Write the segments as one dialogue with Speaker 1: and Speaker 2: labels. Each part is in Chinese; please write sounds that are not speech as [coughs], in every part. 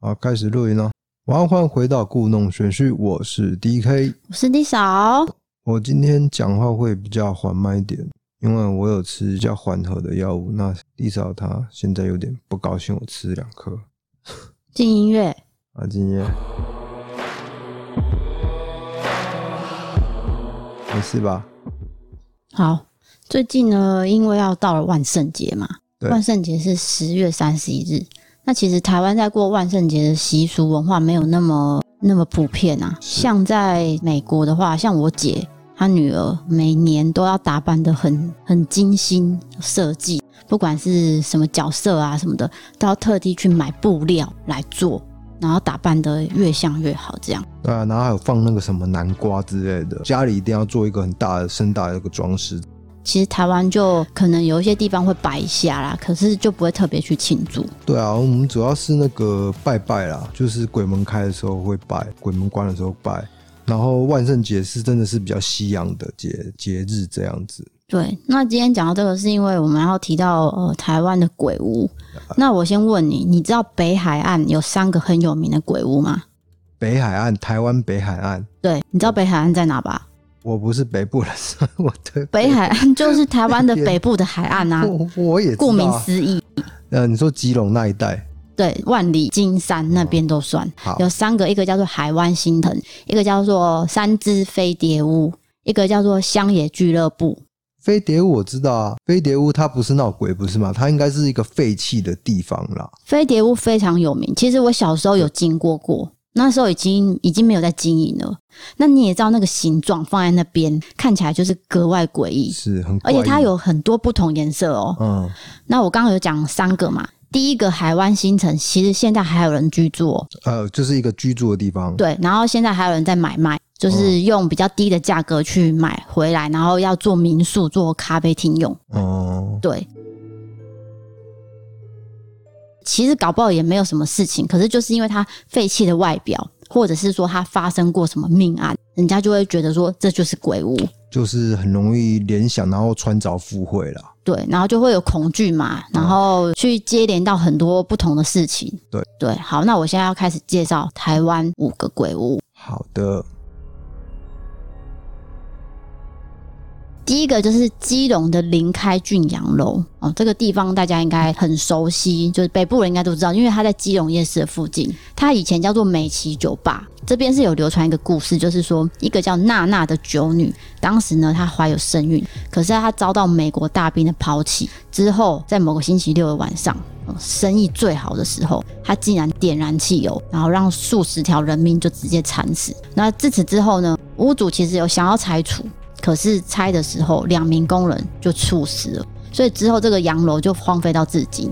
Speaker 1: 好，开始录音了。欢迎回到故弄玄虚，我是 DK。
Speaker 2: 我是哦 D 嫂，
Speaker 1: 我今天讲话会比较缓慢一点，因为我有吃比较缓和的药物。那丽嫂她现在有点不高兴，我吃两颗
Speaker 2: 进音乐。
Speaker 1: 啊，今天没事吧？
Speaker 2: 好，最近呢，因为要到了万圣节嘛，
Speaker 1: 对
Speaker 2: 万圣节是十月三十一日。那其实台湾在过万圣节的习俗文化没有那么那么普遍啊。
Speaker 1: 是
Speaker 2: 像在美国的话，像我姐她女儿每年都要打扮的很很精心设计，不管是什么角色啊什么的，都要特地去买布料来做，然后打扮的越像越好这样。
Speaker 1: 对啊，然后还有放那个什么南瓜之类的，家里一定要做一个很大的、盛大的一个装饰。
Speaker 2: 其实台湾就可能有一些地方会摆一下啦，可是就不会特别去庆祝。
Speaker 1: 对啊，我们主要是那个拜拜啦，就是鬼门开的时候会拜，鬼门关的时候拜。然后万圣节是真的是比较西洋的节节日这样子。
Speaker 2: 对，那今天讲到这个，是因为我们要提到呃台湾的鬼屋。
Speaker 1: 啊
Speaker 2: 那我先问你，你知道北海岸有三个很有名的鬼屋吗？
Speaker 1: 北海岸，台湾北海岸，
Speaker 2: 对，你知道北海岸在哪吧？
Speaker 1: 我不是北部人，所以我对
Speaker 2: 北海岸就是台湾的北部的海岸啊，
Speaker 1: [laughs] 我我也知道
Speaker 2: 顾
Speaker 1: 啊
Speaker 2: 名思义，
Speaker 1: 呃，你说基隆那一带，
Speaker 2: 对，万里金山那边都算。
Speaker 1: 好
Speaker 2: 有三个，一个叫做海湾心藤，一个叫做三只飞碟屋，一个叫做乡野俱乐部。
Speaker 1: 飞碟屋我知道啊，飞碟屋它不是闹鬼不是吗？它应该是一个废弃的地方啦。
Speaker 2: 飞碟屋非常有名，其实我小时候有经过过，那时候已经已经没有在经营了。那你也知道那个形状放在那边，看起来就是格外诡异，
Speaker 1: 是很怪
Speaker 2: 嗯而
Speaker 1: 异，
Speaker 2: 且它有很多不同颜色哦。
Speaker 1: 嗯，
Speaker 2: 那我刚刚有讲三个嘛，第一个海湾新城，其实现在还有人居住、哦，
Speaker 1: 呃，就是一个居住的地方，
Speaker 2: 对，然后现在还有人在买卖，就是用比较低的价格去买回来，然后要做民宿、做咖啡厅用。
Speaker 1: 嗯，
Speaker 2: 对。其实搞不好也没有什么事情，可是就是因为他废弃的外表，或者是说他发生过什么命案，人家就会觉得说这就是鬼屋，
Speaker 1: 就是很容易联想，然后穿凿附会啦。
Speaker 2: 对，然后就会有恐惧嘛，然后去接连到很多不同的事情。
Speaker 1: 对
Speaker 2: 对，好，那我现在要开始介绍台湾五个鬼屋。
Speaker 1: 好的，
Speaker 2: 第一个就是基隆的林开郡洋楼哦，这个地方大家应该很熟悉，就是北部人应该都知道，因为它在基隆夜市的附近。它以前叫做美琪酒吧，这边是有流传一个故事，就是说一个叫娜娜的酒女，当时呢她怀有身孕，可是她遭到美国大兵的抛弃之后，在某个星期六的晚上。哦生意最好的时候，她竟然点燃汽油，然后让数十条人命就直接惨死。那自此之后呢，屋主其实有想要拆除，可是拆的时候，两名工人就猝死了，所以之后这个洋楼就荒废到至今。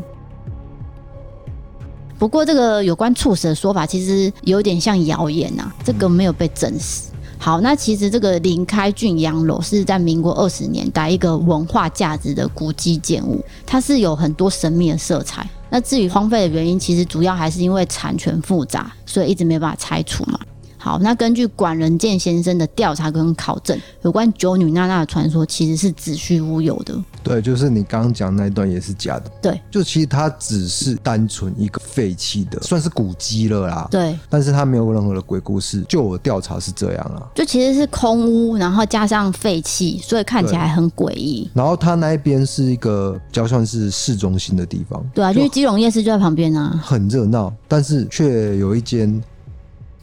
Speaker 2: 不过，这个有关猝死的说法其实有点像谣言呐、这个没有被证实。好，那其实这个林开郡洋楼是在民国二十年代一个文化价值的古迹建物，它是有很多神秘的色彩。那至于荒废的原因，其实主要还是因为产权复杂，所以一直没办法拆除嘛。好，那根据管仁健先生的调查跟考证，有关九女娜娜的传说其实是子虚乌有的。
Speaker 1: 对，就是你刚刚讲那一段也是假的。
Speaker 2: 对，
Speaker 1: 就其实它只是单纯一个废弃的，算是古迹了啦。，
Speaker 2: 对，
Speaker 1: 但是它没有任何的鬼故事。就我调查是这样啊。
Speaker 2: 就其实是空屋，然后加上废弃，所以看起来很诡异。
Speaker 1: 然后它那一边是一个比较算是市中心的地方，
Speaker 2: 对啊，因为基隆夜市就在旁边啊。
Speaker 1: 很热闹，但是却有一间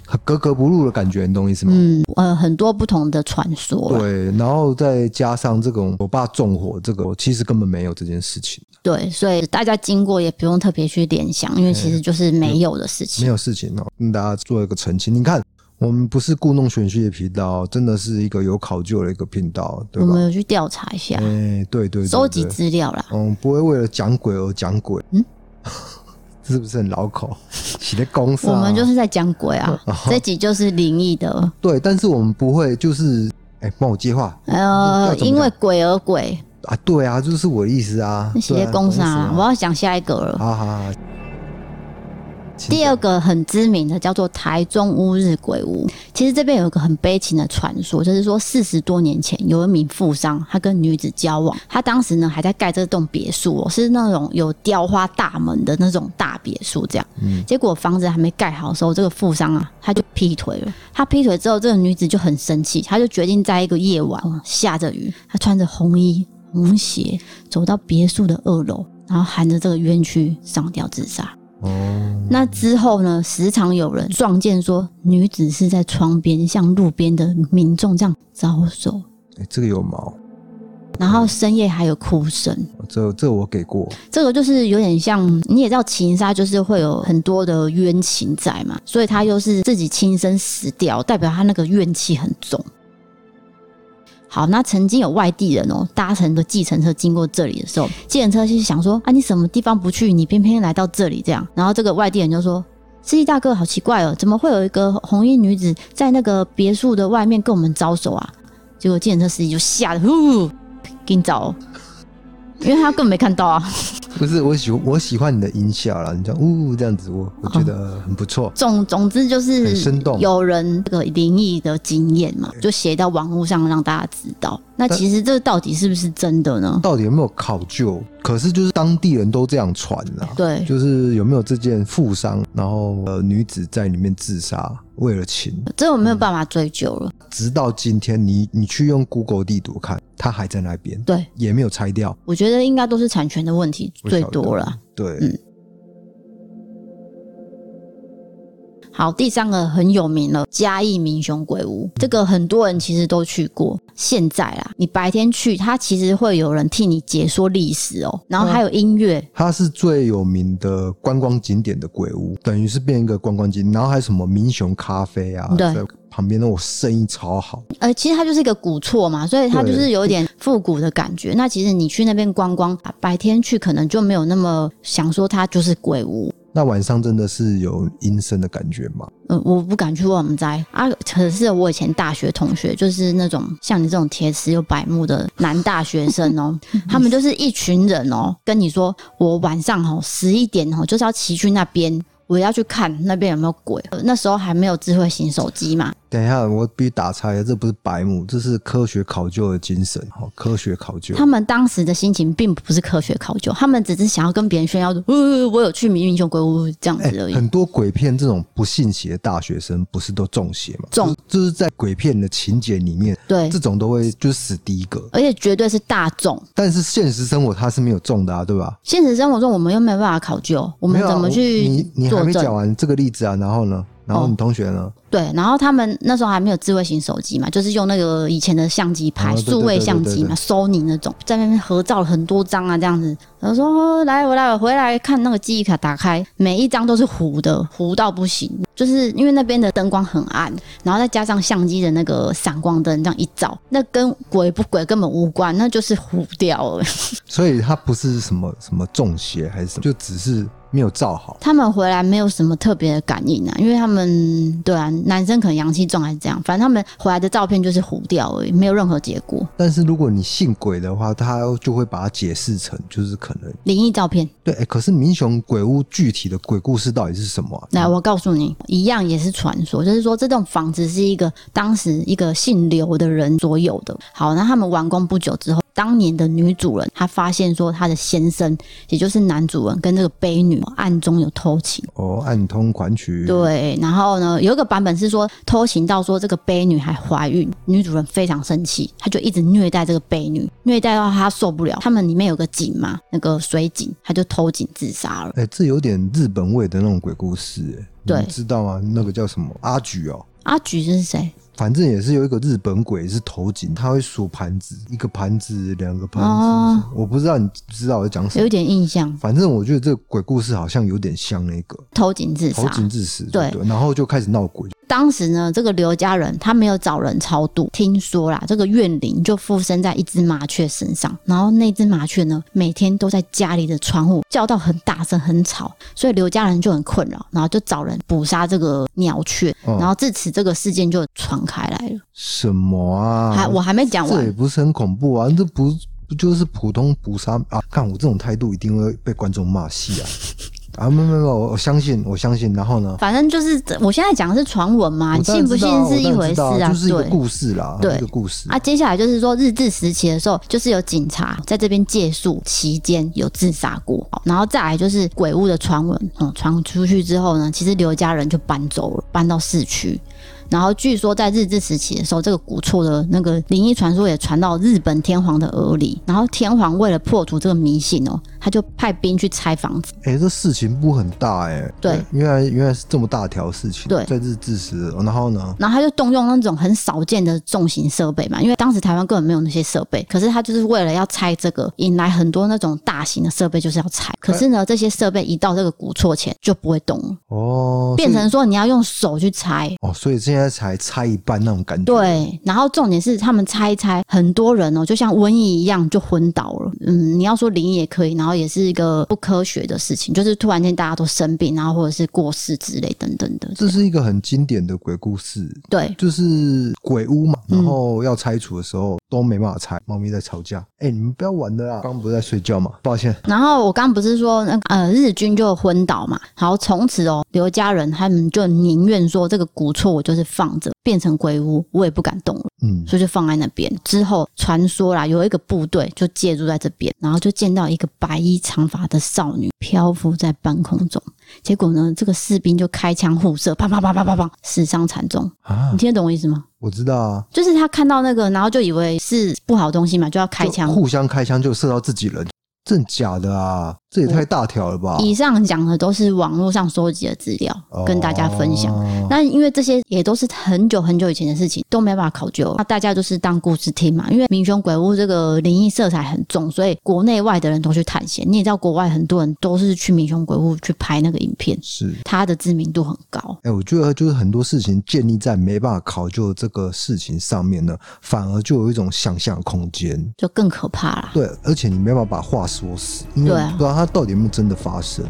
Speaker 1: 很格格不入的感觉，你懂我意思吗？
Speaker 2: 嗯，呃，很多不同的传说啊啦。
Speaker 1: 对，然后再加上这种我爸纵火，这个我其实根本没有这件事情，
Speaker 2: 对，所以大家经过也不用特别去联想，因为其实就是没有的事
Speaker 1: 嗯
Speaker 2: 情。
Speaker 1: 没有事情哦，跟大家做一个澄清。你看，我们不是故弄玄虚的频道，真的是一个有考究的一个频道，对
Speaker 2: 我
Speaker 1: 吧
Speaker 2: 们？有去调查一下
Speaker 1: 哎、，对对对
Speaker 2: 收集
Speaker 1: 对
Speaker 2: 资料啦。
Speaker 1: 嗯，不会为了讲鬼而讲鬼，
Speaker 2: [laughs] 嗯，
Speaker 1: 是不是很老口？起的公司、
Speaker 2: 我们就是在讲鬼啊， [laughs] 这集就是灵异的。
Speaker 1: 对，但是我们不会就是哎，帮、我接话要
Speaker 2: 呃，
Speaker 1: 怎么
Speaker 2: 因为
Speaker 1: 讲
Speaker 2: 鬼而鬼，
Speaker 1: 啊，对啊，这就是我的意思啊，
Speaker 2: 那些
Speaker 1: 对啊
Speaker 2: 工
Speaker 1: 懂
Speaker 2: 伤
Speaker 1: 意思
Speaker 2: 啊
Speaker 1: 吗，
Speaker 2: 我要讲下一个了。
Speaker 1: 好好好，请
Speaker 2: 第二个很知名的叫做台中乌日鬼屋，其实这边有一个很悲情的传说，就是说四十多年前有一名富商，他跟女子交往，他当时呢还在盖这栋别墅哦，是那种有雕花大门的那种大别墅，这样。结果房子还没盖好的时候，这个富商啊他就劈腿了。他劈腿之后，这个女子就很生气，她就决定在一个夜晚哦下着雨，她穿着红衣红鞋走到别墅的二楼，然后含着这个冤屈上吊自杀。
Speaker 1: 哦，
Speaker 2: 那之后呢，时常有人撞见说女子是在窗边向路边的民众这样招手，
Speaker 1: 哎、这个有毛，
Speaker 2: 然后深夜还有哭声。
Speaker 1: 这这我给过，
Speaker 2: 这个就是有点像，你也知道情杀就是会有很多的冤情在嘛，所以他又是自己亲身死掉，代表他那个怨气很重。好，那曾经有外地人哦，搭乘的计程车经过这里的时候，计程车就想说啊，你什么地方不去，你偏偏来到这里这样。然后这个外地人就说：“司机大哥，好奇怪哦，怎么会有一个红衣女子在那个别墅的外面跟我们招手啊？”结果计程车司机就吓得呼，给你找哦，因为他根本没看到啊。
Speaker 1: 不是我喜我喜欢你的音效啦，你这样呜这样子，我我觉得很不错。
Speaker 2: 总总之就是
Speaker 1: 很生动
Speaker 2: 有人这个灵异的经验嘛，就写到网络上让大家知道。那
Speaker 1: 但
Speaker 2: 其实这到底是不是真的呢？
Speaker 1: 到底有没有考究？可是就是当地人都这样传啦、
Speaker 2: 对
Speaker 1: 就是有没有这件负伤，然后呃女子在里面自杀，为了情，
Speaker 2: 这我没有办法追究了。
Speaker 1: 直到今天你你去用 Google 地图看，它还在那边，
Speaker 2: 对，
Speaker 1: 也没有拆掉，
Speaker 2: 我觉得应该都是产权的问题
Speaker 1: 不
Speaker 2: 最
Speaker 1: 晓得
Speaker 2: 多了。。
Speaker 1: 对，
Speaker 2: 嗯好，第三个很有名了，嘉义民雄鬼屋，这个很多人其实都去过。现在啦，你白天去，它其实会有人替你解说历史哦，然
Speaker 1: 嗯
Speaker 2: 后还有音乐，
Speaker 1: 它是最有名的观光景点的鬼屋，等于是变一个观光景点，然后还有什么民雄咖啡啊，
Speaker 2: 对
Speaker 1: 在旁边那我生意超好，
Speaker 2: 呃，其实它就是一个古厝嘛，所以它就是
Speaker 1: 对
Speaker 2: 有一点复古的感觉。那其实你去那边观光，啊白天去可能就没有那么想说它就是鬼屋。
Speaker 1: 那晚上真的是有阴森的感觉吗？
Speaker 2: 呃，我不敢去我们斋啊。可是我以前大学同学，就是那种像你这种铁齿又白目的男大学生哦，他们就是一群人哦，跟你说我晚上哦十一点哦就是要骑去那边，我要去看那边有没有鬼。呃那时候还没有智慧型手机嘛，
Speaker 1: 等一下，我必须打岔一下，这不是白目，这是科学考究的精神，好，科学考究
Speaker 2: 他。们当时的心情并不是科学考究，他们只是想要跟别人炫耀说：“呃，我有去迷英雄鬼屋这样
Speaker 1: 哎、
Speaker 2: 子而已。
Speaker 1: 很多鬼片这种不信邪的大学生不是都中邪吗？
Speaker 2: 中
Speaker 1: 就是就是在鬼片的情节里面，
Speaker 2: 对
Speaker 1: 这，种都会就是死第一个。
Speaker 2: 而且绝对是大众。
Speaker 1: 但是现实生活他是没有中的啊，对吧？
Speaker 2: 现实生活中我们又没办法考究，我
Speaker 1: 没
Speaker 2: 们
Speaker 1: 有啊
Speaker 2: 嗯怎么
Speaker 1: 我
Speaker 2: 去
Speaker 1: 你你还
Speaker 2: 作
Speaker 1: 没讲
Speaker 2: 证？
Speaker 1: 完这个例子啊，然后呢？然后
Speaker 2: 哦
Speaker 1: 你同学呢？
Speaker 2: 对，然后他们那时候还没有智慧型手机嘛，就是用那个以前的相机拍，
Speaker 1: 哦对对
Speaker 2: 数位相机嘛
Speaker 1: 对对对对
Speaker 2: ，Sony 那种，在那边合照了很多张啊，这样子。然后说：“哦来，我来，我回来看那个记忆卡，打开每一张都是糊的，糊到不行。就是因为那边的灯光很暗，然后再加上相机的那个闪光灯，这样一照，那跟鬼不鬼根本无关，那就是糊掉了。
Speaker 1: 所以他不是什么什么中邪还是什么，就只是没有照好。
Speaker 2: 他们回来没有什么特别的感应啊，因为他们对啊，男生可能阳气重还是这样，反正他们回来的照片就是糊掉而已，没有任何结果，
Speaker 1: 但是如果你信鬼的话，他就会把它解释成就是可能
Speaker 2: 灵异照片。
Speaker 1: 对、诶哎可是民雄鬼屋具体的鬼故事到底是什么、啊？
Speaker 2: 来，我告诉你，一样也是传说，就是说这栋房子是一个当时一个姓刘的人所有的。好，那他们完工不久之后，当年的女主人她发现说她的先生，也就是男主人跟这个悲女暗中有偷情。
Speaker 1: 哦，暗通款曲。，
Speaker 2: 嗯对，然后呢，有一个版本是说偷情到说这个悲女还怀孕，女主人非常生气，她就一直虐待这个悲女，虐待到她受不了。他们里面有个井嘛，那个水井，她就偷井自杀了。
Speaker 1: 哎、这有点日本味的那种鬼故事、诶
Speaker 2: 对
Speaker 1: 你知道吗？那个叫什么阿菊哦。
Speaker 2: 阿菊是谁？
Speaker 1: 反正也是有一个日本鬼是头颈，他会数盘子，一个盘子，两个盘子，
Speaker 2: 哦
Speaker 1: 我不知道你知不知道我在讲什
Speaker 2: 有
Speaker 1: 么
Speaker 2: 一。点印象，
Speaker 1: 反正我觉得这个鬼故事好像有点像那个
Speaker 2: 偷井自
Speaker 1: 头
Speaker 2: 杀。
Speaker 1: 颈致死，
Speaker 2: 啊对
Speaker 1: 对，然后就开始闹鬼，
Speaker 2: 当时呢，这个刘家人他没有找人超度，听说啦，这个怨灵就附身在一只麻雀身上，然后那只麻雀呢，每天都在家里的窗户叫到很大声、很吵，所以刘家人就很困扰，然后就找人捕杀这个鸟雀，
Speaker 1: 嗯
Speaker 2: 然后自此这个事件就传开来了。
Speaker 1: 什么啊？
Speaker 2: 还我还没讲
Speaker 1: 这也
Speaker 2: 完，
Speaker 1: 不是很恐怖啊，这
Speaker 2: [laughs]
Speaker 1: 不不就是普通捕杀啊？看我这种态度一定会被观众骂戏啊！啊，没有没有没有，我我相信，我相信。然后呢？
Speaker 2: 反正就是我现在讲的是传闻嘛，
Speaker 1: 我
Speaker 2: 你
Speaker 1: 当
Speaker 2: 信
Speaker 1: 然
Speaker 2: 不
Speaker 1: 知
Speaker 2: 信
Speaker 1: 道啊
Speaker 2: 是一
Speaker 1: 我当然知道就
Speaker 2: 回事啊，
Speaker 1: 是一个
Speaker 2: 对。
Speaker 1: 故事啦，
Speaker 2: 对
Speaker 1: 一个故事
Speaker 2: 啊，接下来就是说日治时期的时候，就是有警察在这边借宿期间有自杀过，好然后再来就是鬼屋的传闻，嗯，传出去之后呢，其实刘家人就搬走了，搬到市区。然后据说在日治时期的时候，这个古厝的那个灵异传说也传到日本天皇的耳里。然后天皇为了破除这个迷信哦，他就派兵去拆房子。
Speaker 1: 哎、这事情不很大哎、
Speaker 2: 对，
Speaker 1: 原来原来是这么大条事情。
Speaker 2: 对
Speaker 1: 在日治时，然后呢？
Speaker 2: 然后他就动用那种很少见的重型设备嘛，因为当时台湾根本没有那些设备，可是他就是为了要拆这个，引来很多那种大型的设备就是要拆。可是呢，这些设备一到这个古厝前就不会动了，
Speaker 1: 哦，
Speaker 2: 变
Speaker 1: 所以
Speaker 2: 成说你要用手去拆。
Speaker 1: 哦，所以现在才拆一半那种感觉。，
Speaker 2: 对，然后重点是他们拆一拆，很多人哦，就像瘟疫一样就昏倒了。嗯，你要说灵异也可以，然后也是一个不科学的事情，就是突然间大家都生病，然后或者是过世之类等等的。
Speaker 1: 这是一个很经典的鬼故事，
Speaker 2: 对，
Speaker 1: 就是鬼屋嘛，
Speaker 2: 嗯
Speaker 1: 然后要拆除的时候、都没办法拆，猫咪在吵架。哎、你们不要玩了啦，刚刚不是在睡觉嘛？抱歉，
Speaker 2: 然后我刚不是说那个呃日军就昏倒嘛，然后从此哦刘家人他们就宁愿说这个古厝我就是放着，变成鬼屋我也不敢动了，
Speaker 1: 嗯，
Speaker 2: 所以就放在那边。之后传说啦，有一个部队就借住在这边，然后就见到一个白衣长发的少女漂浮在半空中，结果呢这个士兵就开枪互射，啪啪啪啪啪啪，死伤惨重。
Speaker 1: 啊
Speaker 2: 你，听得懂我意思吗？
Speaker 1: 我知道啊，
Speaker 2: 就是他看到那个，然后就以为是不好东西嘛，就要开
Speaker 1: 就
Speaker 2: 枪。
Speaker 1: 互相开枪就射到自己人，真假的啊？这也太大条了吧？
Speaker 2: 以上讲的都是网络上收集的资料，跟大家分享。
Speaker 1: 哦
Speaker 2: 那因为这些也都是很久很久以前的事情，都没办法考究，那大家就是当故事听嘛。因为《民雄鬼屋》这个灵异色彩很重，所以国内外的人都去探险。你也知道，国外很多人都是去《民雄鬼屋》去拍那个影片，
Speaker 1: 是。
Speaker 2: 它的知名度很高。
Speaker 1: 哎、我觉得就是很多事情建立在没办法考究这个事情上面呢，反而就有一种想象空间。
Speaker 2: 就更可怕啦。
Speaker 1: 对，而且你没办法把话说死，因为
Speaker 2: 对啊
Speaker 1: 你不知道它到底有没有真的发生。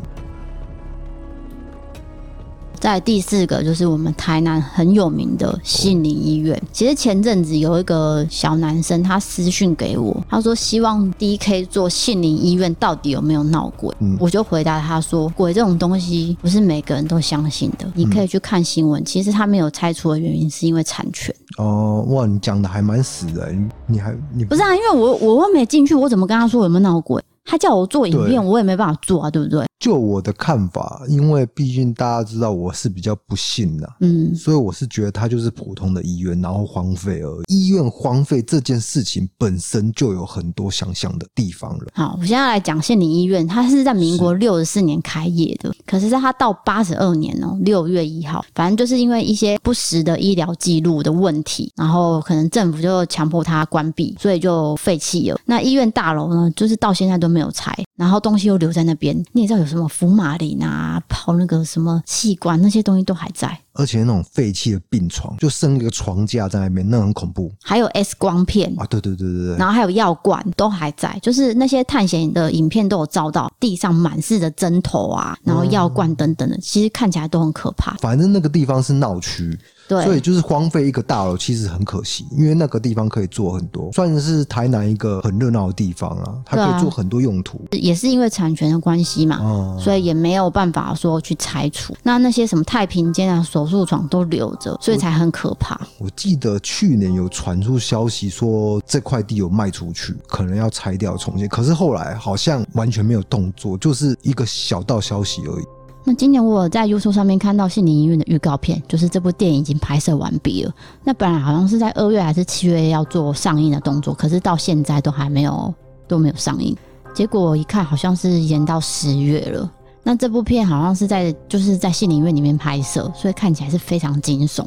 Speaker 2: 再来第四个就是我们台南很有名的杏林医院。其实前阵子有一个小男生，他私讯给我，他说希望 DK 做杏林医院到底有没有闹鬼。
Speaker 1: 嗯
Speaker 2: 我就回答他说，鬼这种东西不是每个人都相信
Speaker 1: 嗯
Speaker 2: 的，你可以去看新闻。其实他没有拆除的原因是因为产权，
Speaker 1: 哦、哇，你讲的还蛮死的、你你还你
Speaker 2: 不是啊？因为我我又没进去，我怎么跟他说有没有闹鬼？他叫我做影
Speaker 1: 对
Speaker 2: 片，我也没办法做啊，对不对？
Speaker 1: 就我的看法，因为毕竟大家知道我是比较不信的、
Speaker 2: 嗯，
Speaker 1: 所以我是觉得它就是普通的医院，然后荒废而已。医院荒废这件事情本身就有很多想象的地方了。
Speaker 2: 好，我现在来讲县林医院，它是在民国六十四年开业的，可是在它到八十二年哦、六月一号，反正就是因为一些不实的医疗记录的问题，然后可能政府就强迫它关闭，所以就废弃了。那医院大楼呢，就是到现在都没有拆，然后东西又留在那边。你也知道有什么福马林啊，泡那个什么气管那些东西都还在，
Speaker 1: 而且那种废弃的病床，就剩一个床架在那边，那很恐怖
Speaker 2: 还有 X 光片。
Speaker 1: 啊！对对对对对，
Speaker 2: 然后还有药罐都还在，就是那些探险的影片都有照到，地上满是的针头啊，然后药
Speaker 1: 嗯
Speaker 2: 罐等等的，其实看起来都很可怕。
Speaker 1: 反正那个地方是闹区，所以
Speaker 2: 对，
Speaker 1: 就是荒废一个大楼，其实很可惜，因为那个地方可以做很多，算是台南一个很热闹的地方啊，它
Speaker 2: 对啊
Speaker 1: 可以做很多用途。
Speaker 2: 也是因为产权的关系嘛。
Speaker 1: 嗯，
Speaker 2: 所以也没有办法说去拆除，那那些什么太平间啊、手术床都留着，
Speaker 1: 嗯
Speaker 2: 所以才很可怕。
Speaker 1: 我记得去年有传出消息说这块地有卖出去，可能要拆掉重建，可是后来好像完全没有动作，就是一个小道消息而已。
Speaker 2: 那今年我有在 YouTube 上面看到杏林医院的预告片，就是这部电影已经拍摄完毕了。那本来好像是在二月还是七月要做上映的动作，可是到现在都还没有都没有上映。结果一看，好像是延到十月了。那这部片好像是在就是在杏林医院里面拍摄，所以看起来是非常惊悚。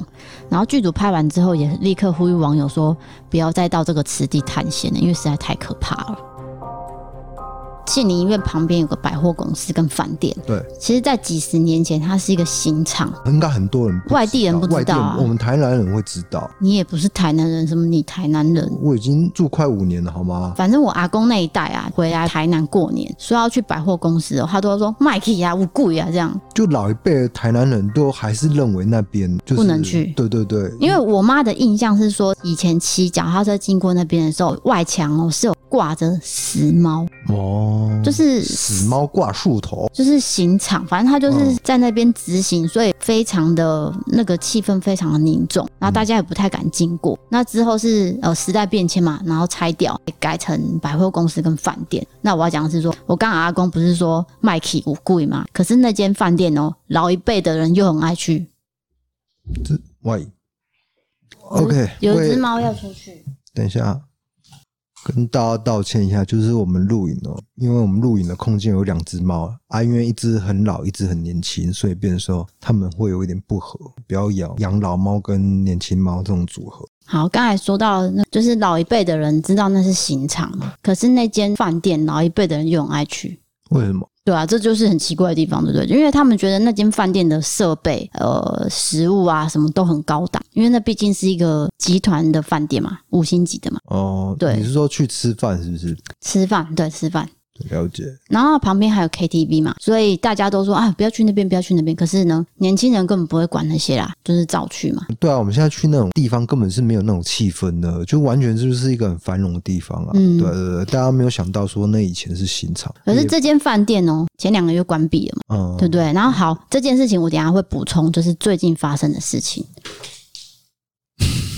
Speaker 2: 然后剧组拍完之后，也立刻呼吁网友说，不要再到这个此地探险了，因为实在太可怕了。杏林医院旁边有个百货公司跟饭店，
Speaker 1: 对，
Speaker 2: 其实，在几十年前，它是一个刑场。
Speaker 1: 应该很多人不知道
Speaker 2: 外地人不知道啊
Speaker 1: 外地人我们台南人会知道。
Speaker 2: 你也不是台南人，什么你台南人？
Speaker 1: 我已经住快五年了，好吗？
Speaker 2: 反正我阿公那一代啊，回来台南过年，说要去百货公司哦，他都说麦克啊、乌贵啊这样。
Speaker 1: 就老一辈的台南人都还是认为那边就是
Speaker 2: 不能去
Speaker 1: 对对对，
Speaker 2: 因为我妈的印象是说，以前骑脚踏车经过那边的时候，外墙哦是有挂着死猫，
Speaker 1: 哦，哦，
Speaker 2: 就是
Speaker 1: 死猫挂树头，
Speaker 2: 就是刑场，反正他就是在那边执行，所以非常的那个气氛非常的凝重，然后大家也不太敢经过。那之后是呃时代变迁嘛，然后拆掉改成百货公司跟饭店。那我要讲的是说，我刚刚阿公不是说麦起无贵嘛，可是那间饭店哦，老一辈的人又很爱去，
Speaker 1: 喂，OK，
Speaker 2: 有一
Speaker 1: 喂
Speaker 2: 只猫要出去，
Speaker 1: 等一下，跟大家道歉一下，就是我们录影哦、因为我们录影的空间有两只猫啊，因为一只很老，一只很年轻，所以变成说它们会有一点不合，不要养养老猫跟年轻猫这种组合。
Speaker 2: 好，刚才说到，那就是老一辈的人知道那是刑场嘛，可是那间饭店老一辈的人又很爱去。
Speaker 1: 为什么？
Speaker 2: 对啊，这就是很奇怪的地方，对不对？因为他们觉得那间饭店的设备、呃，食物啊什么都很高档，因为那毕竟是一个集团的饭店嘛，五星级的嘛，
Speaker 1: 哦、
Speaker 2: 对
Speaker 1: 你是说去吃饭是不是？
Speaker 2: 吃饭对吃饭，
Speaker 1: 了解，
Speaker 2: 然后旁边还有 KTV 嘛，所以大家都说啊，不要去那边，不要去那边。可是呢，年轻人根本不会管那些啦，就是照去嘛。
Speaker 1: 对啊，我们现在去那种地方根本是没有那种气氛的，就完全就是一个很繁荣的地方啊。
Speaker 2: 嗯
Speaker 1: 对对对，大家没有想到说那以前是刑场，
Speaker 2: 可是
Speaker 1: 也
Speaker 2: 这间饭店哦，前两个月关闭了嘛，
Speaker 1: 嗯，
Speaker 2: 对不对？然后好，这件事情我等一下会补充，就是最近发生的事情。 [laughs]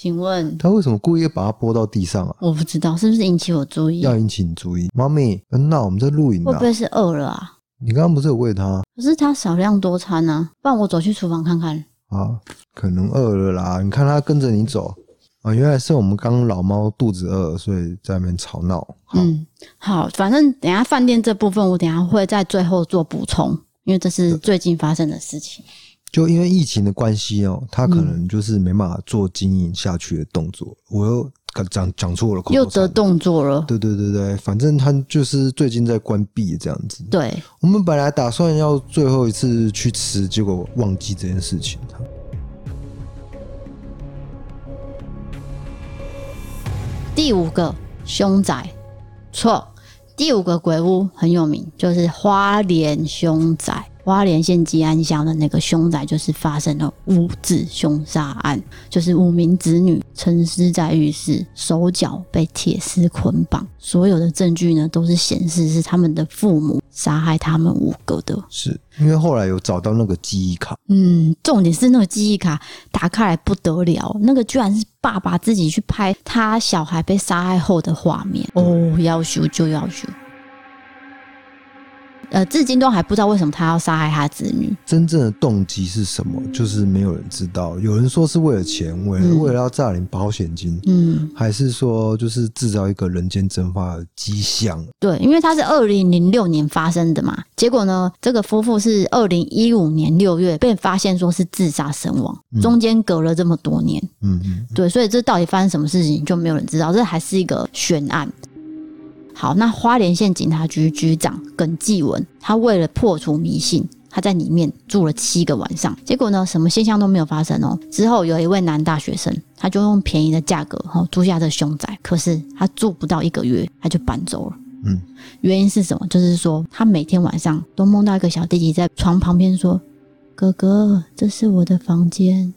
Speaker 2: 请问
Speaker 1: 他为什么故意把它拨到地上啊？
Speaker 2: 我不知道是不是引起我注意，
Speaker 1: 要引起你注意，妈咪，那我们在录影
Speaker 2: 会
Speaker 1: 啊
Speaker 2: 不。会是饿了啊？
Speaker 1: 你刚刚不是有喂它
Speaker 2: 可是它少量多餐啊，不然我走去厨房看看。
Speaker 1: 啊？可能饿了啦，你看它跟着你走啊，原来是我们刚刚老猫肚子饿，所以在那边吵闹。好，
Speaker 2: 嗯，好，反正等一下饭店这部分我等一下会在最后做补充，因为这是最近发生的事情。
Speaker 1: 就因为疫情的关系哦、它可能就是没办法做经营下去的动作。我又讲讲错了，口头
Speaker 2: 又
Speaker 1: 禅
Speaker 2: 得动作了，
Speaker 1: 对对对对，反正它就是最近在关闭这样子。
Speaker 2: 对，
Speaker 1: 我们本来打算要最后一次去吃，结果忘记这件事情。
Speaker 2: 第五个凶宅，错。第五个鬼屋很有名，就是花莲凶宅。花莲县吉安乡的那个凶宅，就是发生了五子凶杀案，就是五名子女沉尸在浴室，手脚被铁丝捆绑，所有的证据呢都是显示是他们的父母杀害他们五个的。
Speaker 1: 是因为后来有找到那个记忆卡，
Speaker 2: 嗯，重点是那个记忆卡打开来不得了，那个居然是爸爸自己去拍他小孩被杀害后的画面。哦，要修就要修。呃，至今都还不知道为什么他要杀害他子女。
Speaker 1: 真正的动机是什么，就是没有人知道。有人说是为了钱，为了、
Speaker 2: 嗯
Speaker 1: 为了要诈领保险金，
Speaker 2: 嗯，
Speaker 1: 还是说就是制造一个人间蒸发的迹象？
Speaker 2: 对，因为他是二零零六年发生的嘛，结果呢，这个夫妇是二零一五年六月被发现说是自杀身亡，中间隔了这么多年。
Speaker 1: 嗯嗯，
Speaker 2: 对，所以这到底发生什么事情就没有人知道，这还是一个悬案。好，那花莲县警察局局长耿继文，他为了破除迷信，他在里面住了七个晚上，结果呢，什么现象都没有发生哦。之后有一位男大学生，他就用便宜的价格哦租下这凶宅，可是他住不到一个月，他就搬走了。
Speaker 1: 嗯，
Speaker 2: 原因是什么？就是说他每天晚上都梦到一个小弟弟在床旁边说：“哥哥，这是我的房间。”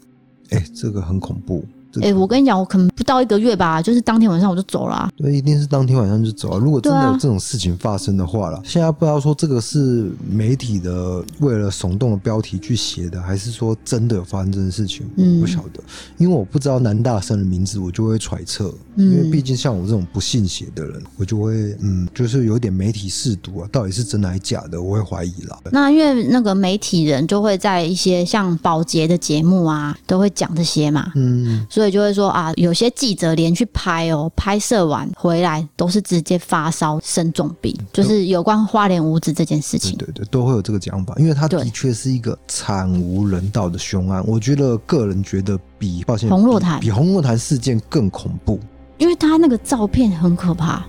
Speaker 1: 哎、这个很恐怖。这
Speaker 2: 哎、
Speaker 1: 个
Speaker 2: 我跟你讲，我可能不到一个月吧，就是当天晚上我就走了啊、
Speaker 1: 对，一定是当天晚上就走啊、如果真的
Speaker 2: 对
Speaker 1: 有
Speaker 2: 啊
Speaker 1: 这种事情发生的话了，现在不知道说这个是媒体的为了耸动的标题去写的，还是说真的有发生这件事情，
Speaker 2: 嗯
Speaker 1: 我不晓得，因为我不知道男大生的名字，我就会揣测，
Speaker 2: 嗯
Speaker 1: 因为毕竟像我这种不信邪的人，我就会嗯，就是有点媒体试读啊，到底是真的还是假的，我会怀疑啦。
Speaker 2: 那因为那个媒体人就会在一些像保洁的节目啊，都会讲这些嘛，
Speaker 1: 嗯，
Speaker 2: 所以就会说啊，有些记者连续拍哦，拍摄完回来都是直接发烧生重病，就是有关花莲五子这件事
Speaker 1: 对
Speaker 2: 情。
Speaker 1: 对对，都会有这个讲法，因为它
Speaker 2: 对
Speaker 1: 的确是一个惨无人道的凶案。我觉得个人觉得比抱歉，
Speaker 2: 红若
Speaker 1: 比
Speaker 2: 潭
Speaker 1: 比红若潭事件更恐怖。
Speaker 2: 因为他那个照片很可怕。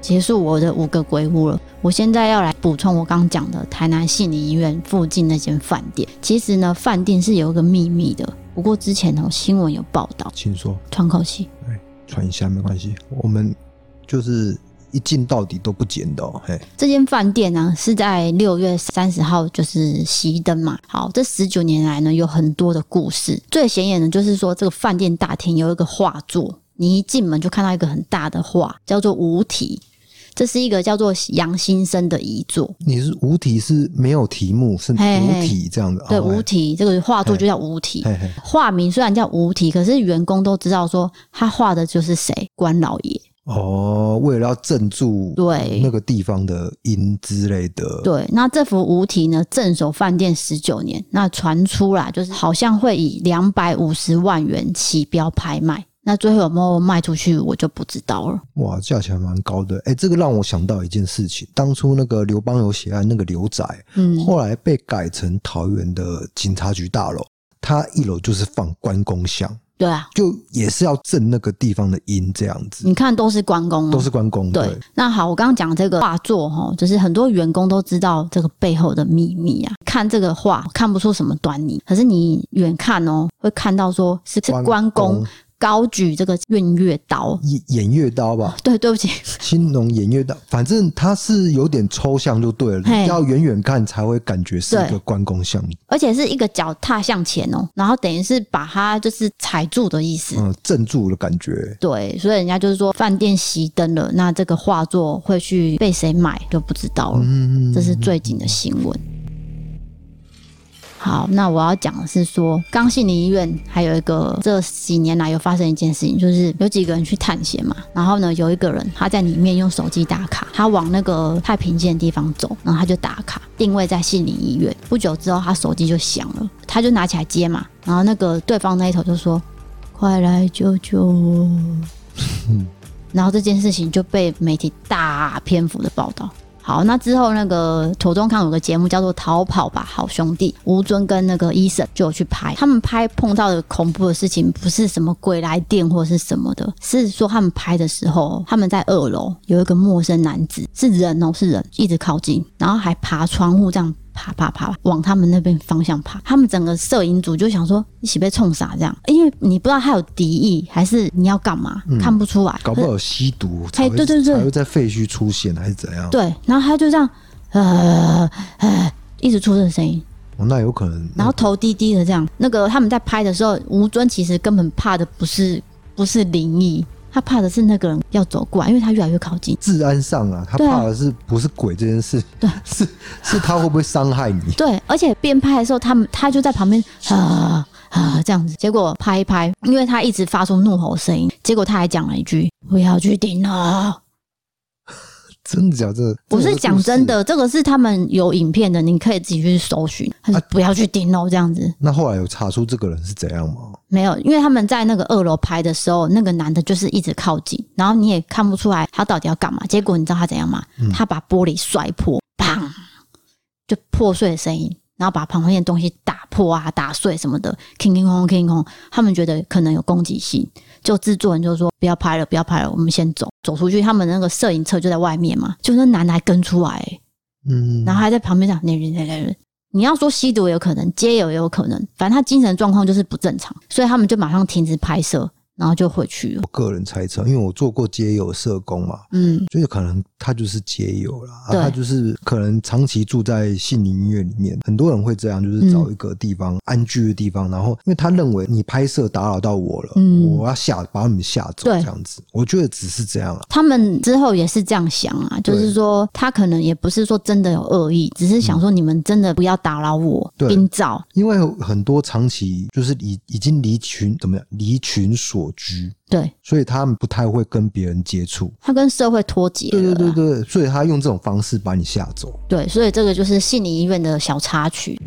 Speaker 2: 结束我的五个鬼屋了，我现在要来补充我刚讲的台南杏林医院附近那间饭店。其实呢，饭店是有一个秘密的，不过之前哦新闻有报道。
Speaker 1: 请说，
Speaker 2: 喘口气，
Speaker 1: 传一下没关系，我们就是一进到底都不剪的、哦。嘿，
Speaker 2: 这间饭店呢是在六月三十号就是熄灯嘛。好，这十九年来呢有很多的故事，最显眼的就是说这个饭店大厅有一个画作。你一进门就看到一个很大的画，叫做“无题”，这是一个叫做杨新生的遗作。
Speaker 1: 你是无题是没有题目，是
Speaker 2: 嘿嘿
Speaker 1: 无题这样的。
Speaker 2: 对，
Speaker 1: 哦
Speaker 2: 无。题这个画作就叫无题
Speaker 1: 嘿。嘿嘿，
Speaker 2: 化名虽然叫无题，可是员工都知道说他画的就是谁，关老爷。
Speaker 1: 哦，为了要镇住
Speaker 2: 对
Speaker 1: 那个地方的音之类的，
Speaker 2: 对，那这幅无题呢，镇守饭店十九年，那传出啦，就是好像会以两百五十万元起标拍卖。那最后有没有卖出去，我就不知道了。
Speaker 1: 哇，价钱还蛮高的。哎、这个让我想到一件事情，当初那个刘邦有血案那个刘仔，
Speaker 2: 嗯，
Speaker 1: 后来被改成桃园的警察局大楼，它一楼就是放关公像，
Speaker 2: 对啊，
Speaker 1: 就也是要镇那个地方的音这样子，
Speaker 2: 你看都是关公、哦，
Speaker 1: 都是关公。
Speaker 2: 嗯对，那好，我刚刚讲这个画作哈，就是很多员工都知道这个背后的秘密啊。看这个画看不出什么端倪，可是你远看哦，会看到说是是关公高举这个偃月刀。
Speaker 1: 偃偃月刀
Speaker 2: [laughs]
Speaker 1: 吧，
Speaker 2: 对，对不起，
Speaker 1: 青龙偃月刀，反正它是有点抽象就对
Speaker 2: 嘿
Speaker 1: 了，要远远看才会感觉是一
Speaker 2: 对
Speaker 1: 个关公像，
Speaker 2: 而且是一个脚踏向前哦，然后等于是把它就是踩住的意思。
Speaker 1: 嗯，镇住的感觉。
Speaker 2: 对，所以人家就是说饭店熄灯了，那这个画作会去被谁买就不知道了。
Speaker 1: 嗯，
Speaker 2: 这是最近的新闻。好，那我要讲的是说，刚性林医院还有一个这几年来有发生一件事情，就是有几个人去探险嘛，然后呢，有一个人他在里面用手机打卡，他往那个太平间的地方走，然后他就打卡，定位在杏林医院。不久之后，他手机就响了，他就拿起来接嘛，然后那个对方那一头就说：“快来救救我！”然后这件事情就被媒体大篇幅的报道。好，那之后那个左宗康有个节目叫做《逃跑吧好兄弟》，吴尊跟那个医生就有去拍，他们拍碰到的恐怖的事情不是什么鬼来电或是什么的，是说他们拍的时候，他们在二楼有一个陌生男子，是人哦，是人，一直靠近，然后还爬窗户这样。爬爬爬，往他们那边方向爬。他们整个摄影组就想说，一起被冲傻这样，因为你不知道他有敌意还是你要干嘛，看不出来。
Speaker 1: 搞不好有吸毒，才
Speaker 2: 哎
Speaker 1: 会
Speaker 2: 对对对
Speaker 1: 才会在废墟出现还是怎样？
Speaker 2: 对，然后他就这样，呃呃，一直出这个声音，
Speaker 1: 哦，那有可能。
Speaker 2: 然后头低低的这样。那个他们在拍的时候，吴尊其实根本怕的不是不是灵异，他怕的是那个人要走过来，因为他越来越靠近。
Speaker 1: 治安上啊，他
Speaker 2: 对啊
Speaker 1: 怕的是不是鬼这件事？对， [laughs] 是是他会不会伤害你？
Speaker 2: 对，而且边拍的时候，他们他就在旁边啊啊这样子，结果拍一拍，因为他一直发出怒吼声音，结果他还讲了一句：“不要去顶楼。”
Speaker 1: 真的假的？
Speaker 2: 我
Speaker 1: 这有
Speaker 2: 是
Speaker 1: 个
Speaker 2: 讲
Speaker 1: 故事
Speaker 2: 真。的，这个是他们有影片的，你可以自己去搜寻。他
Speaker 1: 啊
Speaker 2: 说不要去顶楼这样子，
Speaker 1: 那后来有查出这个人是怎样吗？
Speaker 2: 没有，因为他们在那个二楼拍的时候，那个男的就是一直靠近，然后你也看不出来他到底要干嘛。结果你知道他怎样吗？他把玻璃摔破，砰，就破碎的声音，然后把旁边的东西打破啊、打碎什么的，空空空空空。他们觉得可能有攻击性，就制作人就说不要拍了，不要拍了，我们先走，走出去。他们那个摄影车就在外面嘛，就那男的还跟出来、欸
Speaker 1: 嗯，
Speaker 2: 然后还在旁边讲那人那人。你要说吸毒也有可能，接也有可能，反正他精神状况就是不正常，所以他们就马上停止拍摄，然后就回去了
Speaker 1: 我。个人猜测，因为我做过街友社工嘛，
Speaker 2: 嗯，
Speaker 1: 就是可能他就是街友啦，啊
Speaker 2: 对
Speaker 1: 他就是可能长期住在杏林医院里面，很多人会这样，就是找一个地方、安居的地方，然后因为他认为你拍摄打扰到我了，
Speaker 2: 嗯
Speaker 1: 我要吓把你们吓走
Speaker 2: 对
Speaker 1: 这样子，我觉得只是这样了。啊
Speaker 2: 他们之后也是这样想啊，就是说他可能也不是说真的有恶意，只是想说你们真的不要打扰我，
Speaker 1: 嗯对
Speaker 2: 冰照。
Speaker 1: 因为很多长期就是已已经离群怎么样离群所居，
Speaker 2: 对
Speaker 1: 所以他们不太会跟别人接触。
Speaker 2: 他跟社会脱节
Speaker 1: 对
Speaker 2: 了
Speaker 1: 对
Speaker 2: 啦。
Speaker 1: 对对，所以他用这种方式把你吓走。
Speaker 2: 对，所以这个就是悉尼医院的小插曲。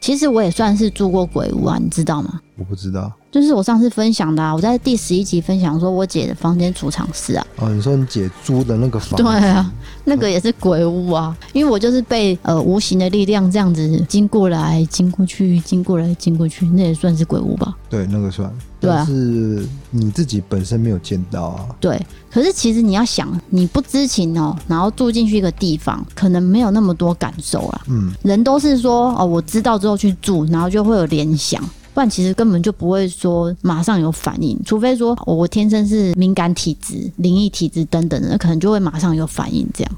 Speaker 2: 其实我也算是住过鬼屋啊，你知道吗？
Speaker 1: 我不知道
Speaker 2: 就是我上次分享的、啊，我在第十一集分享说我姐的房间储藏室啊，
Speaker 1: 哦，你说你姐租的那个房，
Speaker 2: 对啊，那个也是鬼屋啊，因为我就是被呃无形的力量这样子经过来、经过去、经过来、经过去，那也算是鬼屋吧？
Speaker 1: 对那个算，
Speaker 2: 对啊
Speaker 1: 但是你自己本身没有见到啊，
Speaker 2: 对。可是其实你要想，你不知情哦，然后住进去一个地方，可能没有那么多感受啦。
Speaker 1: 嗯，
Speaker 2: 人都是说哦，我知道之后去住，然后就会有联想。不然其实根本就不会说马上有反应，除非说、哦我天生是敏感体质、灵异体质等等的，那可能就会马上有反应这样。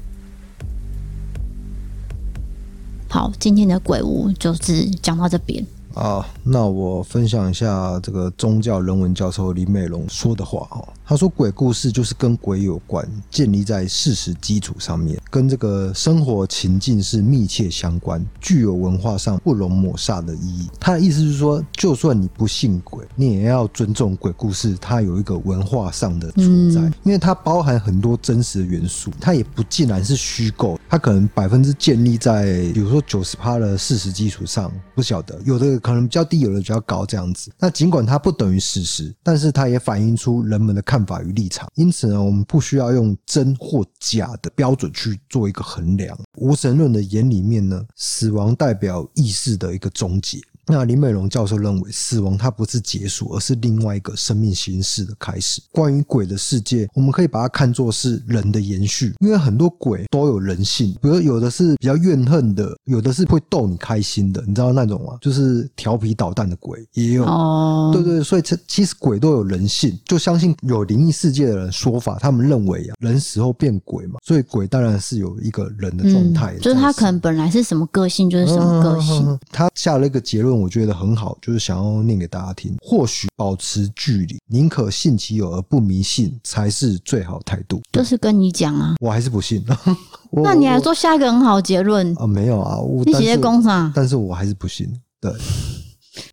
Speaker 2: 好，今天的鬼屋就是讲到这边。
Speaker 1: 啊，那我分享一下这个宗教人文教授李美龙说的话哦。他说，鬼故事就是跟鬼有关，建立在事实基础上面，跟这个生活情境是密切相关，具有文化上不容抹煞的意义。他的意思是说，就算你不信鬼，你也要尊重鬼故事，它有一个文化上的存在，
Speaker 2: 嗯
Speaker 1: 因为它包含很多真实的元素，它也不尽然是虚构，它可能百分之建立在比如说九十趴的事实基础上，不晓得有的可能比较低，有的比较高这样子。那尽管它不等于事实，但是它也反映出人们的看法与立场。因此呢，我们不需要用真或假的标准去做一个衡量。无神论的眼里面呢，死亡代表意识的一个终结。那林美荣教授认为，死亡它不是结束，而是另外一个生命形式的开始。关于鬼的世界，我们可以把它看作是人的延续，因为很多鬼都有人性，比如有的是比较怨恨的，有的是会逗你开心的，你知道那种吗？就是调皮捣蛋的鬼也有。
Speaker 2: 哦，
Speaker 1: 对对，所以其其实鬼都有人性，就相信有灵异世界的人说法，他们认为啊，人死后变鬼嘛，所以鬼当然是有一个人的状态在身、
Speaker 2: 嗯就是他可能本来是什么个性，就是什么个性。
Speaker 1: 嗯他下了一个结论，我觉得很好，就是想要念给大家听。或许保持距离，宁可信其有而不迷信，才是最好态度。
Speaker 2: 就是跟你讲啊，
Speaker 1: 我还是不信。 [laughs] 我
Speaker 2: 那你还说下一个很好的结论
Speaker 1: 我？啊、没有啊？我
Speaker 2: 你
Speaker 1: 哦但
Speaker 2: 写
Speaker 1: 是
Speaker 2: 在工啊上，
Speaker 1: 但是我还是不信。对，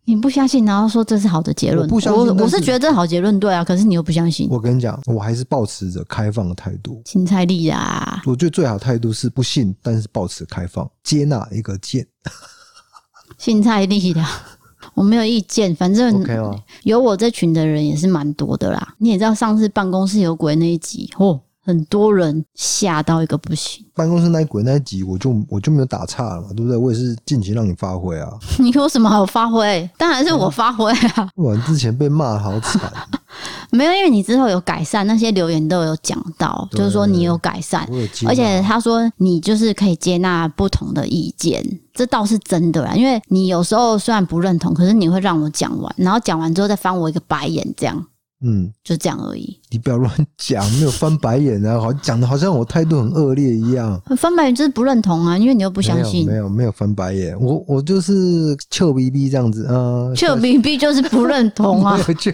Speaker 2: 你不相信，然后说这是好的结论。
Speaker 1: 我不相信
Speaker 2: 我
Speaker 1: 但
Speaker 2: 我
Speaker 1: 是
Speaker 2: 是觉得这好结论对啊，可是你又不相信，
Speaker 1: 我跟你讲，我还是保持着开放的态度。
Speaker 2: 芹菜粒啊，
Speaker 1: 我觉得最好的态度是不信，但是保持开放，接纳一个见。
Speaker 2: 芹菜粒的，啊 [laughs] 我没有意见，反正
Speaker 1: OK 哦，
Speaker 2: 有我这群的人也是蛮多的啦。你也知道上次办公室有鬼那一集，哦，很多人吓到一个不行。 [laughs]
Speaker 1: 办公室那一鬼那一集，我就我就没有打岔了嘛，对不对？我也是尽情让你发挥啊。
Speaker 2: 你有什么好发挥？当
Speaker 1: 嗯
Speaker 2: 然是我发挥啊，
Speaker 1: 我之前被骂得好惨，
Speaker 2: 没有，因为你之后有改善，那些留言都有讲到，
Speaker 1: 对
Speaker 2: 就是说你有改善。
Speaker 1: 我有啊接纳
Speaker 2: 而且他说，你就是可以接纳不同的意见，这倒是真的啦。因为你有时候虽然不认同，可是你会让我讲完，然后讲完之后再翻我一个白眼，这样
Speaker 1: 嗯，
Speaker 2: 就这样而已。
Speaker 1: 你不要乱讲， [laughs] 没有翻白眼啊，好讲的好像我态度很恶劣一样。
Speaker 2: 翻白眼就是不认同啊，因为你又不相
Speaker 1: 没有
Speaker 2: 信
Speaker 1: 没。有没有翻白眼，我我就是臭逼逼这样子，嗯、
Speaker 2: 臭 B B 就是不认同啊
Speaker 1: 没，有就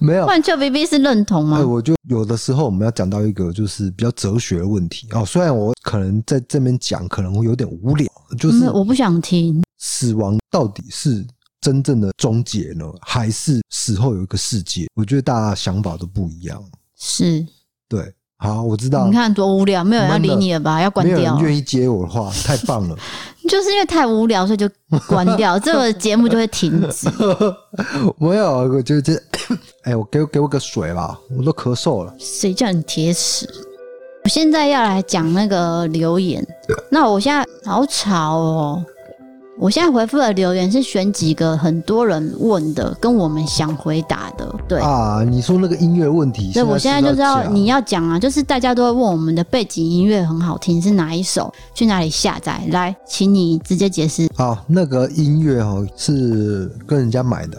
Speaker 1: 没有。
Speaker 2: 换臭 B B 是认同
Speaker 1: 哎，
Speaker 2: 吗？
Speaker 1: 我就有的时候我们要讲到一个就是比较哲学的问题哦，虽然我可能在这边讲可能会有点无聊，就是
Speaker 2: 没有我不想听。
Speaker 1: 死亡到底是真正的终结呢，还是死后有一个世界？我觉得大家想法都不一样。
Speaker 2: 是，
Speaker 1: 对，好，我知道
Speaker 2: 你，看多无聊，没有人要理
Speaker 1: 闷了
Speaker 2: 你了吧？要关
Speaker 1: 啊没有
Speaker 2: 掉
Speaker 1: 人
Speaker 2: 了，
Speaker 1: 愿意接我的话，太棒了。
Speaker 2: 就是因为太无聊，所以就关掉，这个节目就会停止。
Speaker 1: [laughs] 没有，我就这， [coughs] 哎、我给我给我个水吧，我都咳嗽了。
Speaker 2: 谁叫你铁齿？我现在要来讲那个留言。那我现在好吵哦！我现在回复的留言是选几个很多人问的，跟我们想回答的。对，
Speaker 1: 啊，你说那个音乐问题，
Speaker 2: 所以我现在就知道你
Speaker 1: 要
Speaker 2: 要讲啊，就是大家都会问我们的背景音乐很好听是哪一首，去哪里下载？来，请你直接解释
Speaker 1: 啊，那个音乐哦是跟人家买的，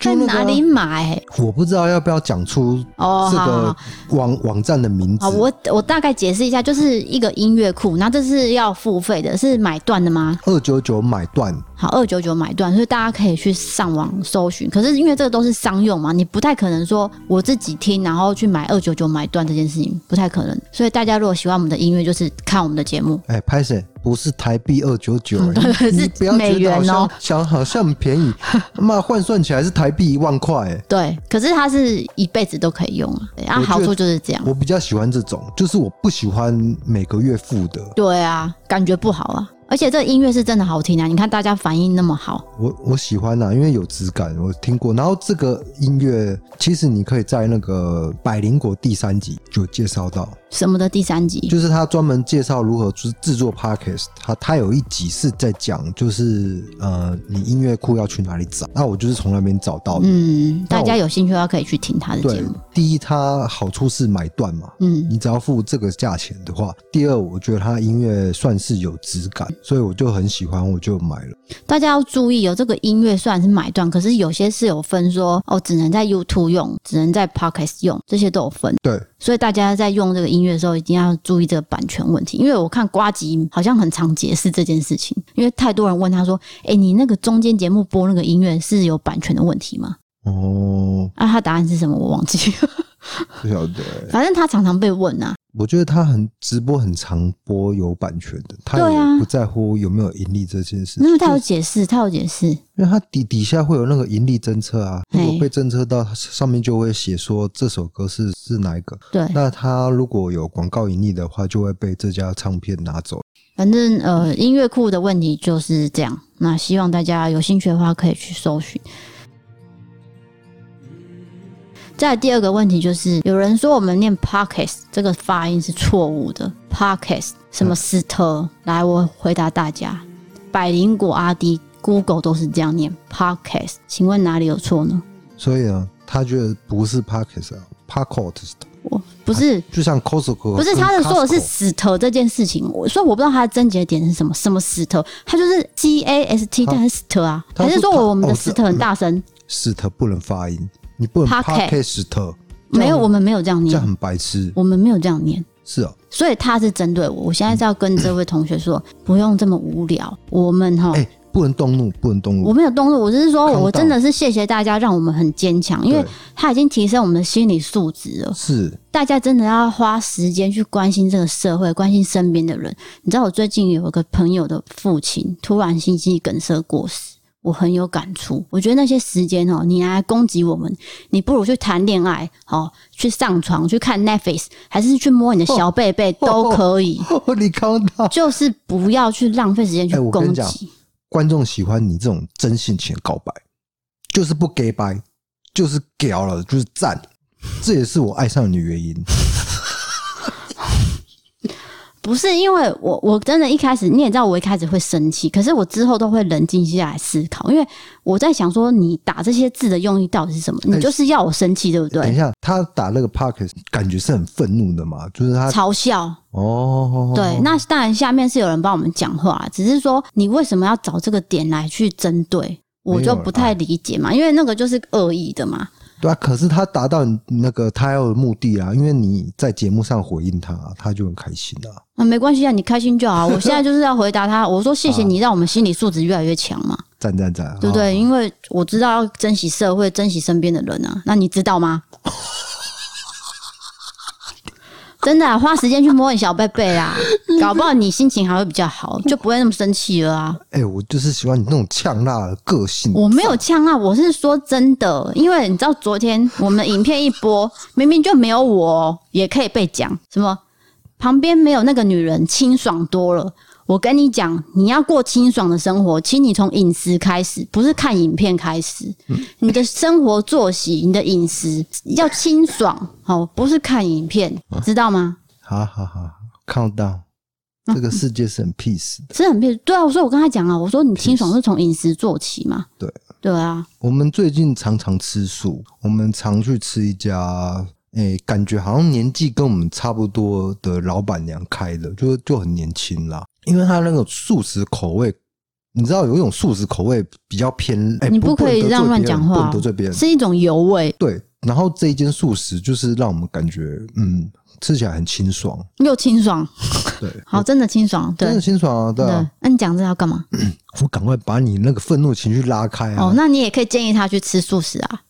Speaker 2: 在
Speaker 1: 就那个
Speaker 2: 哪里买？
Speaker 1: 我不知道要不要讲出
Speaker 2: 哦，
Speaker 1: 这
Speaker 2: 好好好
Speaker 1: 个。网网站的名字。
Speaker 2: 好，我我大概解释一下，就是一个音乐库，那这是要付费的，是买断的吗？
Speaker 1: 二九九买断，
Speaker 2: 好，二九九买断，所以大家可以去上网搜寻。可是因为这个都是商用嘛，你不太可能说我自己听，然后去买二九九买断这件事情不太可能。所以大家如果喜欢我们的音乐，就是看我们的节目。
Speaker 1: 哎、拍谁？不是台币二九九，
Speaker 2: [laughs] 对
Speaker 1: 你
Speaker 2: 是
Speaker 1: 不要觉
Speaker 2: 美
Speaker 1: 得好
Speaker 2: 元
Speaker 1: 像
Speaker 2: 哦
Speaker 1: 想好像很便
Speaker 2: [laughs]
Speaker 1: 宜，妈换算起来是台币一万块、哎
Speaker 2: 对，可是它是一辈子都可以用啊，对啊，
Speaker 1: 我觉得
Speaker 2: 好处就是这样。
Speaker 1: 我比较喜欢这种，就是我不喜欢每个月付的，
Speaker 2: 对啊，感觉不好啊，而且这个音乐是真的好听啊！你看大家反应那么好，
Speaker 1: 我我喜欢啊呐、因为有质感，我听过。然后这个音乐，其实你可以在那个《百灵果》第三集就介绍到，
Speaker 2: 什么的第三集
Speaker 1: 就是他专门介绍如何制制作 podcast，他他有一集是在讲，就是呃，你音乐库要去哪里找？那我就是从那边找到的。
Speaker 2: 嗯，
Speaker 1: 那
Speaker 2: 大
Speaker 1: 我
Speaker 2: 家有兴趣的话可以去听他的节
Speaker 1: 对
Speaker 2: 目，，
Speaker 1: 第一，它好处是买断嘛，
Speaker 2: 嗯。
Speaker 1: 你只要付这个价钱的话。第二，我觉得它音乐算是有质感，所以我就很喜欢，我就买了。
Speaker 2: 大家要注意哦，这个音乐虽然是买断，可是有些是有分说哦，只能在 YouTube 用，只能在 Podcast 用，这些都有分。
Speaker 1: 对，
Speaker 2: 所以大家在用这个音乐的时候，一定要注意这个版权问题。因为我看瓜吉好像很常解释这件事情，因为太多人问他说：“哎、你那个中间节目播那个音乐是有版权的问题吗
Speaker 1: 哦，？”
Speaker 2: 啊，他答案是什么我忘记了，
Speaker 1: 不晓得欸、
Speaker 2: 反正他常常被问啊。
Speaker 1: 我觉得他很直播很常播有版权的，他
Speaker 2: 对啊
Speaker 1: 也不在乎有没有盈利这件事情，
Speaker 2: 因为他有解释，他有解释，
Speaker 1: 因为他底底下会有那个盈利侦测啊，
Speaker 2: 嘿
Speaker 1: 如果被侦测到，它上面就会写说这首歌是是哪一个。
Speaker 2: 对，
Speaker 1: 那他如果有广告盈利的话，就会被这家唱片拿走。
Speaker 2: 反正呃，音乐库的问题就是这样。那希望大家有兴趣的话，可以去搜寻。再来第二个问题就是，有人说我们念 pockets 这个发音是错误的，pockets 什么斯特？来，我回答大家，百灵果、阿迪、Google 都是这样念 pockets，请问哪里有错呢？
Speaker 1: 所以呢，他觉得不是 Pocket 啊，Pocket，
Speaker 2: 我不是
Speaker 1: 就像 Costco，
Speaker 2: 不是，
Speaker 1: 跟
Speaker 2: 他是说的是
Speaker 1: Costco
Speaker 2: 死头这件事情，我所以我不知道他的症结点是什么，什么死头，他就是 G A S T，
Speaker 1: 他
Speaker 2: 但是死头啊，
Speaker 1: 他
Speaker 2: 还是
Speaker 1: 说
Speaker 2: 说
Speaker 1: 他
Speaker 2: 我我们的
Speaker 1: 哦
Speaker 2: 死
Speaker 1: 这
Speaker 2: 头很大声？
Speaker 1: 史特不能发音，你不能
Speaker 2: Pocket
Speaker 1: Pocket，
Speaker 2: 没有，我们没有这样
Speaker 1: 这样
Speaker 2: 念，
Speaker 1: 很白痴。
Speaker 2: 我们没有这样念，
Speaker 1: 是哦，
Speaker 2: 所以他是针对我。我现在是要跟这位同学说， [clears throat] 不用这么无聊，我们哈。
Speaker 1: 哎，不能动怒，不能动
Speaker 2: 我
Speaker 1: 怒。
Speaker 2: 没有动怒，我只是说，
Speaker 1: Calm
Speaker 2: 我真的是谢谢大家，让我们很坚强，因为
Speaker 1: 对
Speaker 2: 他已经提升我们的心理素质了。
Speaker 1: 是 [laughs]
Speaker 2: 大家真的要花时间去关心这个社会，关心身边的人。你知道，我最近有一个朋友的父亲突然心肌梗塞过世，我很有感触。我觉得那些时间哦，你拿来攻击我们，你不如去谈恋爱，哦，去上床，去看 Netflix，还是去摸你的小
Speaker 1: [laughs]
Speaker 2: 贝贝都可以，
Speaker 1: 你看到
Speaker 2: 就是不要去浪费时间去
Speaker 1: 哎我跟
Speaker 2: 攻
Speaker 1: 你
Speaker 2: 击。
Speaker 1: 讲观众喜欢你这种真性情的告白，就是不 gay 白，就是屌了，就是赞。这也是我爱上你的原因。
Speaker 2: 不是因为我，我真的一开始你也知道，我一开始会生气，可是我之后都会冷静下来思考，因为我在想说，你打这些字的用意到底是什么？你就是要我生气，对不
Speaker 1: 等一
Speaker 2: 对？
Speaker 1: 下，他打那个 Pocket，感觉是很愤怒的嘛，就是他
Speaker 2: 嘲笑，
Speaker 1: 哦，
Speaker 2: 对。那当然，下面是有人帮我们讲话，只是说你为什么要找这个点来去针对，我就不太理解嘛，因为那个就是恶意的嘛。
Speaker 1: 对啊，可是他达到你那个他要的目的啊，因为你在节目上回应他，他就很开心啊。
Speaker 2: 那、没关系啊，你开心就好。我现在就是要回答他，我说谢
Speaker 1: 啊
Speaker 2: 谢你，让我们心理素质越来越强嘛，
Speaker 1: 赞赞赞，啊
Speaker 2: 对不对？因为我知道要珍惜社会，珍惜身边的人啊。那你知道吗？ [laughs] 真的、啊、花时间去摸你小贝贝啦，搞不好你心情还会比较好，就不会那么生气了啊！
Speaker 1: 哎、我就是喜欢你那种呛辣的个性。
Speaker 2: 我没有呛啊，我是说真的，因为你知道昨天我们的影片一播，明明就没有我，也可以被讲什么旁边没有那个女人清爽多了。我跟你讲，你要过清爽的生活，请你从饮食开始，不是看影片开始。你的生活作息、你的饮食要清爽，好，不是看影片，知道吗？
Speaker 1: 好好好好，count down，、这个世界是很 peace 的。 [laughs]
Speaker 2: 是很偏对啊，所以我跟他讲啊，我说你清爽是从饮食做起嘛。
Speaker 1: 对，
Speaker 2: 对啊，
Speaker 1: 我们最近常常吃素，我们常去吃一家，诶、感觉好像年纪跟我们差不多的老板娘开的，就就很年轻啦。因为他那个素食口味，你知道有一种素食口味比较偏，诶
Speaker 2: 呃你
Speaker 1: 哎不
Speaker 2: 可以
Speaker 1: 不能得罪
Speaker 2: 这样乱
Speaker 1: 别人
Speaker 2: 讲话
Speaker 1: 不能得罪别人。
Speaker 2: 是一种油味，
Speaker 1: 对，然后这一间素食就是让我们感觉，嗯，吃起来很清爽，
Speaker 2: 又清爽，
Speaker 1: 对，
Speaker 2: 好，真的清爽，
Speaker 1: 嗯
Speaker 2: 对
Speaker 1: 真的清爽啊，对
Speaker 2: 对
Speaker 1: 啊，。
Speaker 2: 那你讲这要干嘛？
Speaker 1: 我赶快把你那个愤怒情绪拉开啊！
Speaker 2: 哦，那你也可以建议他去吃素食啊。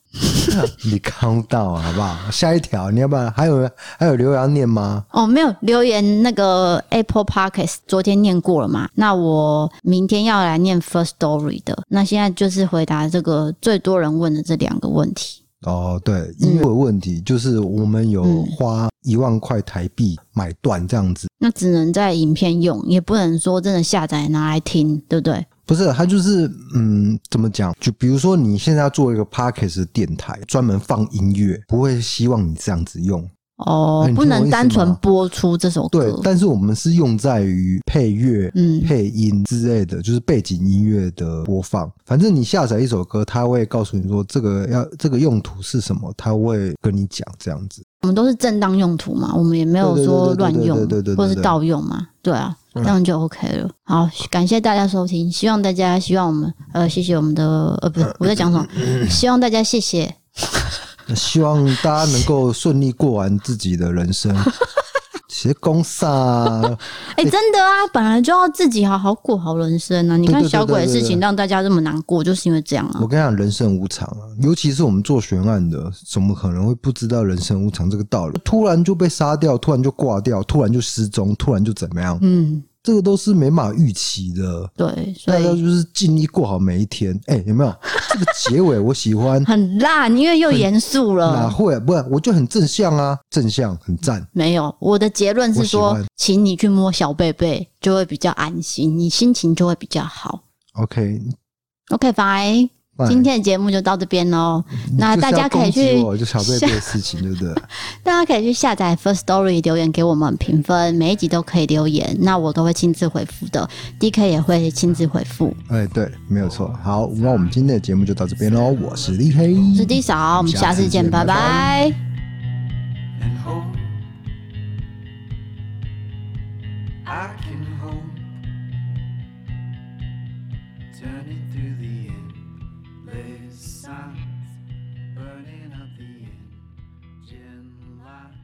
Speaker 1: [laughs] 你刚到好不好？下一条，你要不然还有还有留言要念吗？
Speaker 2: 哦，没有留言那个 Apple Podcast 昨天念过了嘛？那我明天要来念 First Story 的。那现在就是回答这个最多人问的这两个问题。
Speaker 1: 哦，对，因为问题就是我们有花一万块台币买断这样子，
Speaker 2: 那只能在影片用，也不能说真的下载拿来听，对不对？
Speaker 1: 不是它就是嗯，怎么讲？就比如说你现在要做一个 podcast 的电台，专门放音乐，不会希望你这样子用。
Speaker 2: 哦
Speaker 1: 哎，你听
Speaker 2: 不
Speaker 1: 我意
Speaker 2: 能
Speaker 1: 思
Speaker 2: 单纯
Speaker 1: 吗
Speaker 2: 播出这首
Speaker 1: 对
Speaker 2: 歌，。
Speaker 1: 但是我们是用在于配乐、
Speaker 2: 嗯，
Speaker 1: 配音之类的，就是背景音乐的播放。反正你下载一首歌，它会告诉你说这个要这个用途是什么，它会跟你讲这样子。
Speaker 2: 我们都是正当用途嘛，我们也没有
Speaker 1: 对对对
Speaker 2: 说
Speaker 1: 对对
Speaker 2: 乱
Speaker 1: 对
Speaker 2: 用
Speaker 1: 对对对对
Speaker 2: 或是
Speaker 1: 对嗯
Speaker 2: 盗用嘛，对啊，这样就 OK 了。好，感谢大家收听，希望
Speaker 1: [coughs]
Speaker 2: 大家希望我们呃，谢谢我们的呃，不是我在讲什么，希望大家谢谢
Speaker 1: 希望大家能够顺利过完自己的人生。 [laughs] 其实公煞啊，
Speaker 2: 哎、真的啊，本来就要自己好好过好人生啊！你看
Speaker 1: 对对对
Speaker 2: 小鬼的
Speaker 1: 对对
Speaker 2: 事情
Speaker 1: 对
Speaker 2: 让大家这么难过，就是因为这样啊
Speaker 1: 我。跟你讲，人生无常啊，尤其是我们做悬案的，怎么可能会不知道人生无常这个道理？突然就被杀掉，突然就挂掉，突然就失踪，突然就怎么样？
Speaker 2: 嗯，
Speaker 1: 这个都是没办法预期的。
Speaker 2: 对，所
Speaker 1: 大家
Speaker 2: 以
Speaker 1: 就是尽力过好每一天。哎、有没有 [laughs] 这个结尾？我喜
Speaker 2: [laughs]
Speaker 1: 欢，
Speaker 2: 很烂，因为又严肃
Speaker 1: 哪
Speaker 2: 了。
Speaker 1: 会、啊？不，我就很正向啊，正向很赞。
Speaker 2: 没有，我的结论是
Speaker 1: 我
Speaker 2: 说
Speaker 1: 喜欢，
Speaker 2: 请你去摸小贝贝，就会比较安心，你心情就会比较好。
Speaker 1: OK，
Speaker 2: OK，拜。
Speaker 1: 拜
Speaker 2: 今天的节目就到这边喽。
Speaker 1: 你
Speaker 2: 那
Speaker 1: 哎嗯就是
Speaker 2: 大
Speaker 1: 要
Speaker 2: 家可以
Speaker 1: 攻击
Speaker 2: 去
Speaker 1: 我就小贝贝的事情，对不对？
Speaker 2: 大家可以去下载 First Story 留言给我们评分，每一集都可以留言，那我都会亲自回复的，DK 也会亲自回复。
Speaker 1: 哎，对，没有错。好，那我们今天的节目就到这边喽。我是李黑，
Speaker 2: 我是 D 嫂，我们下次见，
Speaker 1: 嗯下次见拜
Speaker 2: 拜拜。
Speaker 3: and hope I can hope turning through the endless suns burning up the engine light